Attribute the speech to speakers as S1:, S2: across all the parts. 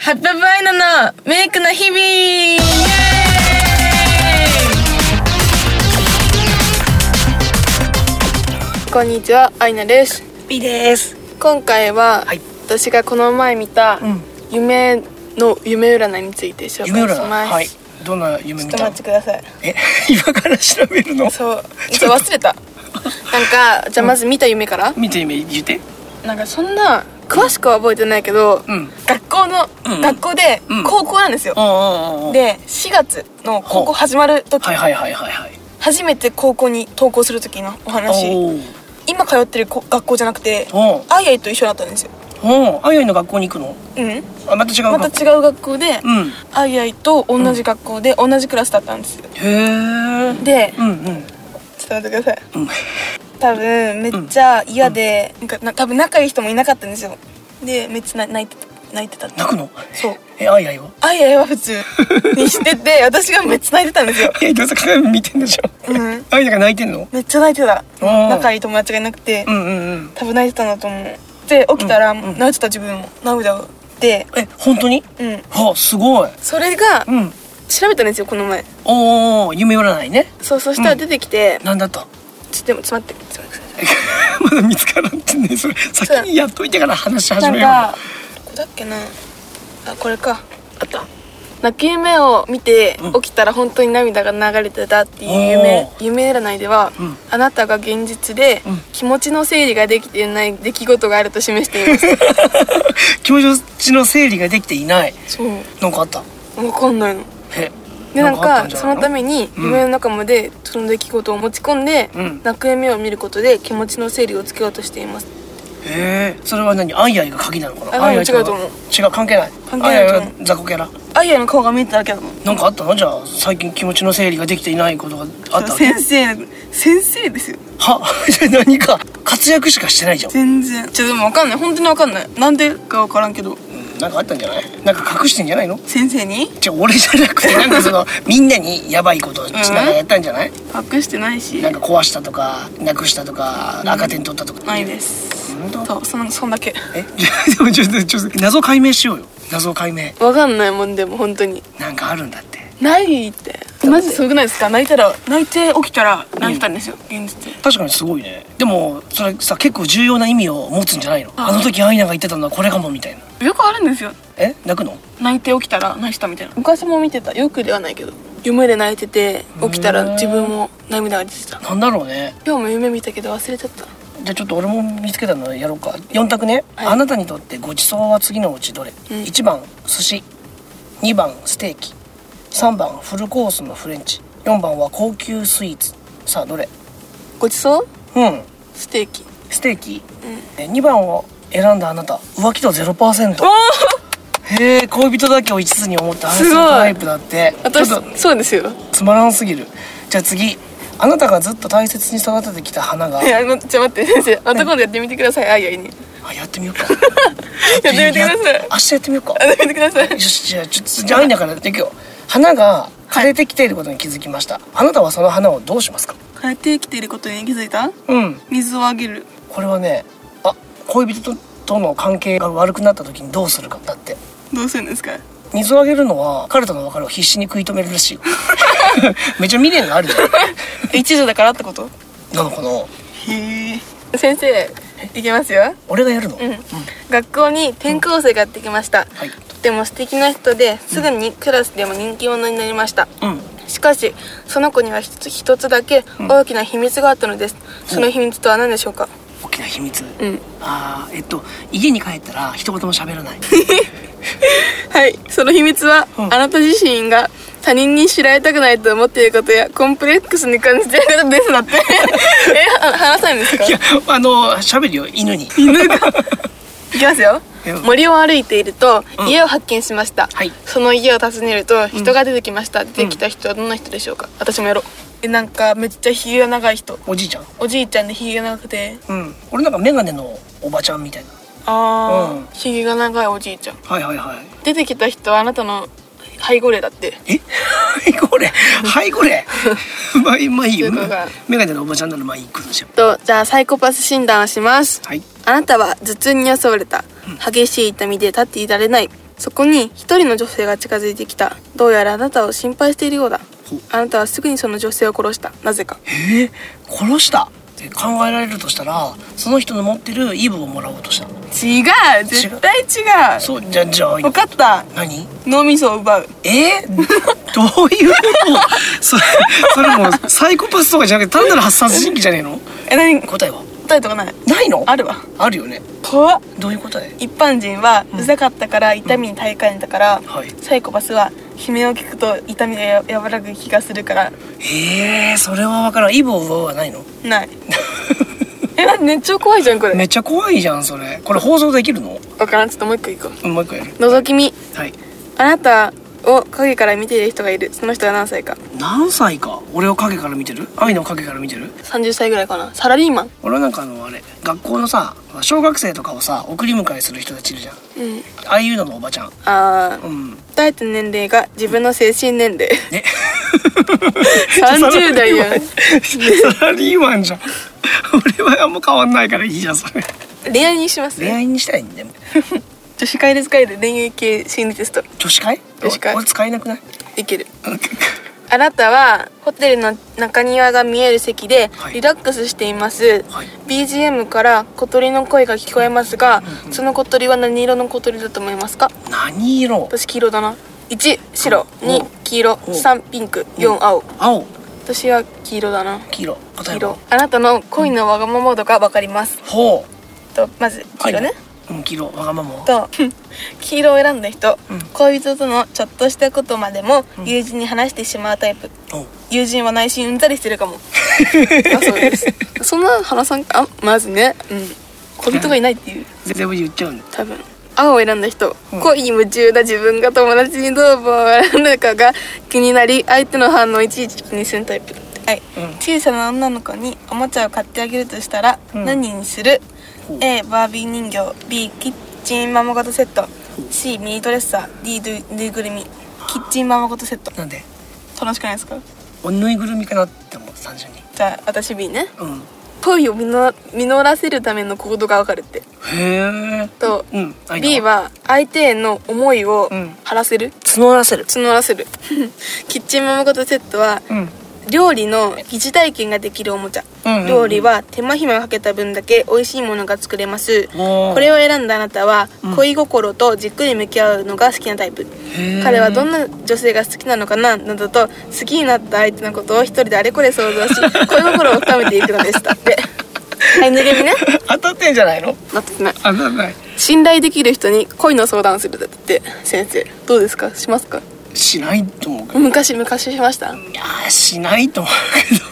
S1: ハッピーバイナのメイクの日々イエーイ
S2: こんにちは、アイナです。
S1: ピーです。
S2: 今回は、
S3: はい
S2: 私がこの前見た
S3: うん
S2: 夢の夢占いについて紹介しま
S3: 夢占い
S2: す。
S3: はい
S2: ち
S3: どんな夢
S2: ょっ
S3: 見
S2: と
S3: た
S2: 待ってください。
S3: え 今から調べるの
S2: そう、ちょっと忘 れた。なんか、じゃあまず見た夢から。
S3: 見て夢言って
S2: なんかそんな詳しくは覚えてないけど、
S3: うん
S2: 学校の、
S3: うん
S2: 学校で
S3: うん
S2: 高校なんですよ。
S3: あで
S2: で、4月の高校始まる時、
S3: はいはいはいはいはい
S2: 初めて高校に登校する時のお話。
S3: おー
S2: 今通ってるこ学校じゃなくて、
S3: おー
S2: アイアイと一緒だったんですよ。
S3: おーあやいの学校に行くの
S2: うん。
S3: あまた違う
S2: また
S3: 学校
S2: 違う学校で、
S3: うん
S2: アイアイと同じ学校で同じクラスだったんですよ
S3: へえ
S2: で
S3: うんうん
S2: ちょっと待ってください
S3: うん
S2: 多分めっちゃ嫌で、なんかな多分仲いい人もいなかったんですよでめっちゃ泣いて泣いてたって
S3: 泣くの
S2: そう
S3: えあやいは
S2: アイアイは普通にしてて私がめっちゃ泣いてたんですよ
S3: あやいどうせ鏡見てんでしょ
S2: うん
S3: あやいが泣いてんの
S2: めっちゃ泣いてた
S3: おー
S2: 仲いい友達がいなくて、
S3: うんうんうん
S2: 多分泣いてたんだと思うで起きたら、泣いてた自分も涙をで
S3: え本当に
S2: うん
S3: はあすごい
S2: それが
S3: うん
S2: 調べたんですよこの前
S3: おお夢占いね
S2: そうそしたら出てきて、
S3: なんだと
S2: ちょっとでもちょっと待ってちょっと待って
S3: まだ見つからんってねそれ先にやっといてから話し始
S2: な
S3: め
S2: ん
S3: よう
S2: かここだっけなあこれかあ った泣き夢を見て
S3: うん
S2: 起きたら本当に涙が流れてたっていう夢
S3: お
S2: 夢占いでは、
S3: うん
S2: あなたが現実で
S3: うん
S2: 気持ちの整理ができていない出来事があると示しています
S3: 気持ちの整理ができていない
S2: そう
S3: なんかあった
S2: 分かんないの
S3: え
S2: でなん
S3: あった
S2: か
S3: んじゃ
S2: そ
S3: ない
S2: のために
S3: うん
S2: 夢の中までその出来事を持ち込んで、
S3: うん
S2: 泣く夢を見ることで気持ちの整理をつけようとしています
S3: へえそれは何アイアイが鍵なのかな
S2: あ
S3: アイアイ
S2: でも違うと思う
S3: 違う関係ない
S2: 関係ないと思う
S3: アイアイが雑魚キャラ
S2: アイアイの顔が見えてただけだもん
S3: なんかあったのじゃあ最近気持ちの整理ができていないことがあったわけ
S2: 先生先生ですよ
S3: は じゃあ何か活躍しかしてないじゃん
S2: 全然ちょでも分かんない本当に分かんないなんでか分からんけど
S3: うんなんかあったんじゃないなんか隠してんじゃないの
S2: 先生に
S3: じゃあ俺じゃなくてなんかそ のみんなにやばいことをしながらやったんじゃない
S2: 隠してないし
S3: なんか壊したとかなくしたとか赤点取ったとか
S2: ないです
S3: 本当
S2: そうそんそんだけ
S3: え じゃあでもちょっとちょっと謎解明しようよ謎解明
S2: 分かんないもんでも本当に
S3: なんかあるんだって
S2: ないってマジすごくないですか泣いたら泣いて起きたら泣いてたんですよ、現実で
S3: 確かにすごいねでもそれさ結構重要な意味を持つんじゃないの
S2: あ
S3: あの時アイナが言ってたのはこれかもみたいな
S2: よくあるんですよ
S3: え泣くの
S2: 泣いて起きたら泣いてたみたいな昔も見てたよくではないけど夢で泣いてて起きたら自分も涙が出てた
S3: なんだろうね
S2: 今日も夢見たけど忘れちゃった
S3: じゃあちょっと俺も見つけたのやろうか4択ね、
S2: はい
S3: あなたにとってごちそうは次のうちどれ、
S2: うん
S3: 1番寿司2番ステーキ3番フルコースのフレンチ4番は高級スイーツさあどれ
S2: ごちそう
S3: うん
S2: ステーキ
S3: ステーキ、え2番を選んだあなた浮気度0%へえ恋人だけを一途に思って愛する
S2: すごい
S3: タイプだって
S2: 私
S3: ちょっと
S2: そうですよ
S3: つまらんすぎるじゃあ次あなたがずっと大切に育ててきた花が
S2: いや、ま、ちょっと待って先生また今度やってみてくださいあいあいに
S3: あやってみようか
S2: やってみてください
S3: 明日やってみようか
S2: やってみてください
S3: よしじゃあちょっとじゃあいいんだからやっていくよ花が枯れてきていることに気づきました、あなたはその花をどうしますか
S2: 枯れてきていることに気づいた
S3: うん
S2: 水をあげる
S3: これはねあ恋人ととの関係が悪くなった時にどうするかだって
S2: どうするんですか
S3: 水をあげるのはカルトの別れを必死に食い止めるらしいよめっちゃ未練があるじゃん
S2: 一助だからってこと
S3: なのかな
S2: へえ先生いきますよ
S3: 俺がやるの、
S2: うん、学校に転校生がやってきました、
S3: はい
S2: とても素敵な人ですぐにクラスでも人気者になりました、
S3: うん
S2: しかしその子には一つ一つだけ大きな秘密があったのです、その秘密とは何でしょうか
S3: 大きな秘密、
S2: うん
S3: あーえっと家に帰ったら一言も喋らない
S2: はいその秘密は、
S3: うん
S2: あなた自身が他人に知られたくないと思っていることやコンプレックスに感じていることですだってえは話さないんですか
S3: いやあの喋るよ犬に
S2: いきますよ
S3: いや
S2: 森を歩いていると、
S3: うん
S2: 家を発見しました、
S3: はい
S2: その家を訪ねると人が出てきました、出てきた人はどんな人でしょうか私もやろうえなんかめっちゃひげが長い人
S3: おじいちゃん
S2: おじいちゃんでひげが長くて
S3: うん俺なんか眼鏡のおばちゃんみたいな
S2: ああ、
S3: うん
S2: ひげが長いおじいちゃん
S3: はいはいはい
S2: 出てきた人はあなたの背後霊だって
S3: えはいこれはいこれまあいいまあいいよ
S2: そういうのが
S3: 眼鏡のおばちゃんならまあいいくんでしょ
S2: とじゃあサイコパス診断をします
S3: はい
S2: あなたは頭痛に襲われた激しい痛みで立っていられないそこに一人の女性が近づいてきたどうやらあなたを心配しているようだ
S3: ほ
S2: あなたはすぐにその女性を殺したなぜか
S3: えー、殺したって考えられるとしたらその人の持ってるイブをもらおうとしたの
S2: 違う絶対違う
S3: そうじゃじゃあ
S2: 分かった
S3: 何
S2: 脳みそを奪う
S3: えー、どういうことそれそれもうサイコパスとかじゃなくて単なる発散神器じゃねえの
S2: え何
S3: 答えは
S2: 答えとかない
S3: ないの
S2: あるわ
S3: あるよね
S2: 怖っ
S3: どういう答え
S2: 一般人はうざかったから痛みに耐えかねたから、
S3: はい
S2: サイコパスは悲鳴を聞くと痛みがや和らぐ気がするから
S3: えー、それは分からんイブを奪うはないの
S2: ないえなんめっちゃ怖いじゃんこれ
S3: めっちゃ怖いじゃんそれこれ放送できるの
S2: 分からんちょっともう一個いこう
S3: うんもう一個やる
S2: 覗き見
S3: はい
S2: あなたを影から見ている人がいるその人は何歳か
S3: 何歳か俺を影から見てる愛の影から見てる
S2: 30歳ぐらいかなサラリーマン
S3: 俺はなんかあのあれ学校のさ小学生とかをさ送り迎えする人たちいるじゃん
S2: うん
S3: ああいうののおばちゃん
S2: あー
S3: うん
S2: 答えた年齢が自分の精神年齢
S3: ね
S2: 30代やん
S3: サラリーマンじゃん俺はあんま変わんないからいいじゃんそれ
S2: 恋愛にします
S3: 恋愛にしたいんでも
S2: 女子会で使える恋愛系心理テスト
S3: 女子会
S2: 女子会
S3: 俺使えなくない
S2: いけるあなたはホテルの中庭が見える席で
S3: はい
S2: リラックスしています、
S3: はい
S2: BGM から小鳥の声が聞こえますが、その小鳥は何色の小鳥だと思いますか
S3: 何色
S2: 私黄色だな1白
S3: うん
S2: 2黄色
S3: うん
S2: 3ピンク4青
S3: 青
S2: 私は黄色だな
S3: 黄色答
S2: 黄
S3: えは
S2: 色あなたの恋のわがまま度が分かります、
S3: ほう
S2: とまず黄色ね、
S3: はいうん黄色わがまま
S2: と 黄色を選んだ人、
S3: うん
S2: 恋人とのちょっとしたことまでも
S3: ん
S2: 友人に話してしまうタイプ、
S3: おう
S2: 友人は内心うんざりしてるか もだそうですそんな話さんあまずねうん恋人がいないっていう
S3: 全部言っちゃうんだ
S2: 多分青を選んだ人、
S3: うん
S2: 恋に夢中な自分が友達にどう思われるかが気になり相手の反応をいちいち気にするタイプはい、
S3: うん
S2: 小さな女の子におもちゃを買ってあげるとしたら
S3: うん
S2: 何にする、
S3: ほう
S2: A バービー人形 B キッチンママごとセット C ミニドレッサー D ぬいぐるみキッチンママごとセット
S3: なんで
S2: 楽しくないですか
S3: おぬいぐるみかなって思う単純に
S2: じゃあ私 B ね
S3: うん
S2: 恋を実実らせるための行動がわかるって
S3: へえ
S2: と、
S3: うん
S2: B は相手への思いを
S3: うん
S2: 晴らせる、
S3: 募らせる
S2: 募らせ るキッチンママごとセットは
S3: うん
S2: 料理の疑似体験ができるおもちゃ、
S3: うんうんうん
S2: 料理は手間暇かけた分だけ美味しいものが作れます
S3: おー
S2: これを選んだあなたは
S3: うん
S2: 恋心とじっくり向き合うのが好きなタイプ、
S3: へー
S2: 彼はどんな女性が好きなのかななどと好きになった相手のことを一人であれこれ想 像し恋心を深めていくのでしたってはいぬげみね
S3: 当たってんじゃないの
S2: なってない
S3: 当たんない
S2: 信頼できる人に恋の相談をするだって先生どうですかしますか
S3: しないと思うけど
S2: 昔昔しました
S3: いやーしないと思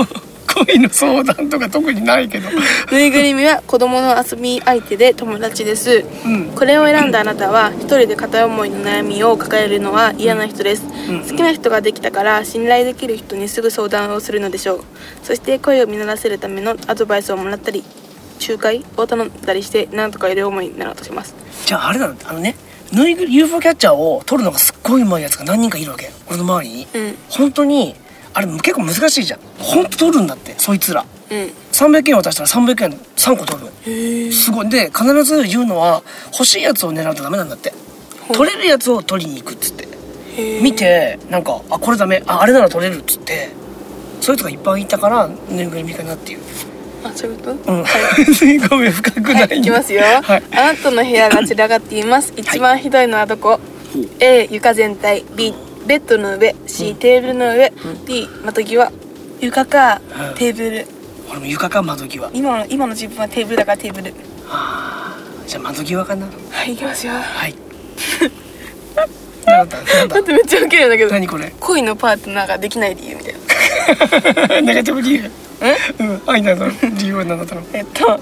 S3: うけど恋の相談とか特にないけど
S2: ぬいぐるみは子供の遊び相手で友達です、
S3: うん
S2: これを選んだあなたは一人で片思いの悩みを抱えるのは嫌な人です、
S3: うん
S2: 好きな人ができたから信頼できる人にすぐ相談をするのでしょうそして恋を実らせるためのアドバイスをもらったり仲介を頼んだりしてなんとかいる思いになろうとします
S3: じゃああれだあのねぬいぐる UFO キャッチャーを取るのがすっごいうまいやつが何人かいるわけ俺の周りに、
S2: うん
S3: 本当にあれ結構難しいじゃん本当取るんだってそいつら
S2: うん
S3: 300円渡したら300円3個取るすごいで必ず言うのは欲しいやつを狙うとダメなんだって
S2: ほう
S3: 取れるやつを取りに行くっつって見てなんかあこれダメああれなら取れるっつってそういう人がいっぱいいたからぬいぐるみかなっていう
S2: あそういうこと
S3: うん、 はい、ごめん深くない、
S2: はい、いきますよ、
S3: はい
S2: あなたの部屋が散らかっています一番ひどいのはどこ、A 床全体 B ベッドの上 C テーブルの上、D 窓際床か、
S3: うん
S2: テーブル
S3: 俺も床か窓際
S2: 今の今の自分はテーブルだからテーブル
S3: じゃあ窓際かな
S2: はいいきますよ
S3: はいなんだなん
S2: だ
S3: だ
S2: ってめっちゃウケるんだけど
S3: 何これ
S2: 恋のパートナーができない理由みたいな
S3: ネガティブ理由うん愛なの理由は何だったの
S2: えっと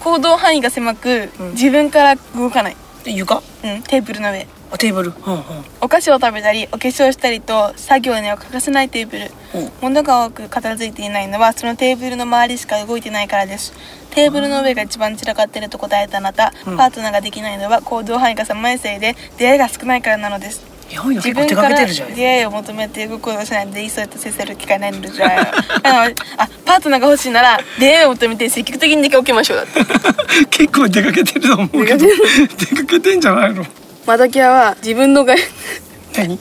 S2: 行動範囲が狭く、自分から動かない、
S3: で床
S2: うん、テーブルの上
S3: あテーブルうんうん
S2: お菓子を食べたりお化粧したりと作業には欠かせないテーブル
S3: うん
S2: 物が多く片付いていないのはそのテーブルの周りしか動いてないからですテーブルの上が一番散らかっていると答えたあなた、
S3: うん
S2: パートナーができないのは行動範囲が狭いせいで出会いが少ないからなのです
S3: やばいよ
S2: 自
S3: 結構
S2: 分
S3: 出
S2: か
S3: かけ
S2: ら
S3: てるじゃん
S2: 出会いを求めて動くことをしないのでいっそと接する機会ないのでゃあ のあパートナーが欲しいなら出会いを求めて積極的 に出かけましょうだって
S3: 結構出かけてると思うけど出かけてんじゃないの
S2: 窓際は自分の外
S3: 何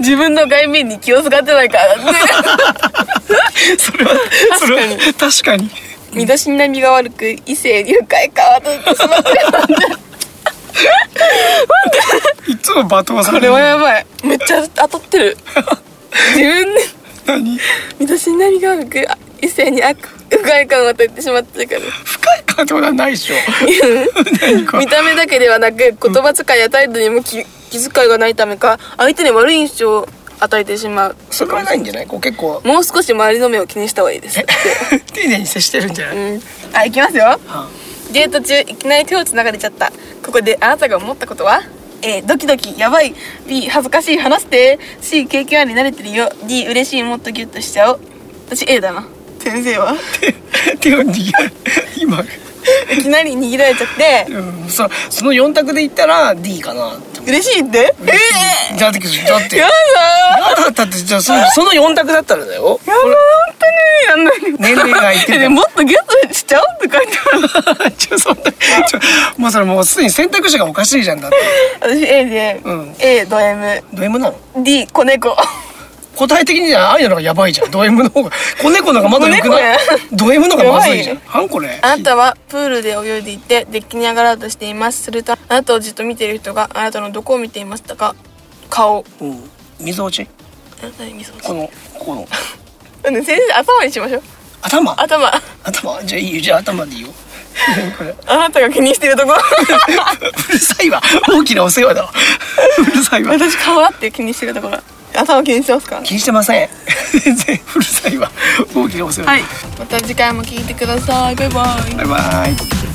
S2: 自分の外面に気を使ってないからだって
S3: それはそれは確かに
S2: 身だしなみが悪く異性誘拐かわってしまって
S3: いつも罵倒さ
S2: こ
S3: れ
S2: れ
S3: る
S2: はやばいめっちゃ当たって る自分で
S3: 何
S2: 身だしなみが悪く異性に悪快感を与えてしまってるから
S3: 深い感情はないでしょ何か
S2: 見た目だけではなく言葉遣いや態度にも気気遣いがないためか相手に悪い印象を与えてしまう
S3: それはないんじゃないこう 結構
S2: もう少し周りの目を気にした方がいいです
S3: 丁寧に接してるんじゃな
S2: う
S3: い、
S2: んあいきますよ
S3: あ
S2: デート中いきなり手をつながれちゃったここであなたが思ったことは A ドキドキやばい B 恥ずかしい話して C 経験あり慣れてるよ D 嬉しいもっとギュッとしちゃおう私 A だな先生は
S3: 手を握る今、
S2: いきなり握られちゃって
S3: うん、そその4択で言ったら D かなって思 う
S2: 嬉しいってええ
S3: だってだっ
S2: ー、
S3: て
S2: や
S3: や
S2: だ
S3: だったってじゃあそのその4択だったらだよ
S2: やば本当にやんない
S3: 年齢がいってる
S2: えでももっとギュッとしちゃおうって書いてある
S3: ちょそんなちょもうそれもうすでに選択肢がおかしいじゃんだって
S2: 私 A で、
S3: うん
S2: A ド M
S3: ド M なの
S2: D 子猫
S3: 答え的にじゃああいうのがやばいじゃんド M の方が子猫の方がまだよくない
S2: 子
S3: ド M の方がまずいじゃんなんこれ
S2: あなたはプールで泳いでいてデッキに上がろうとしていますするとあなたをじっと見ている人があなたのどこを見ていましたか顔
S3: うん水落ち
S2: え何その
S3: このここの
S2: なんで先生頭にしましょう
S3: 頭
S2: 頭あ
S3: 頭じゃあいいよじゃあ頭でいいよ これ
S2: なたが気にしてるところ
S3: うるさいわ大きなお世話だわうるさい わ
S2: 私顔あって気にしてるところ頭気にしてますか
S3: 気にしてません全然うるさいわ大きなお世話だ
S2: はいまた次回も聞いてくださいバイバイ
S3: バイバイ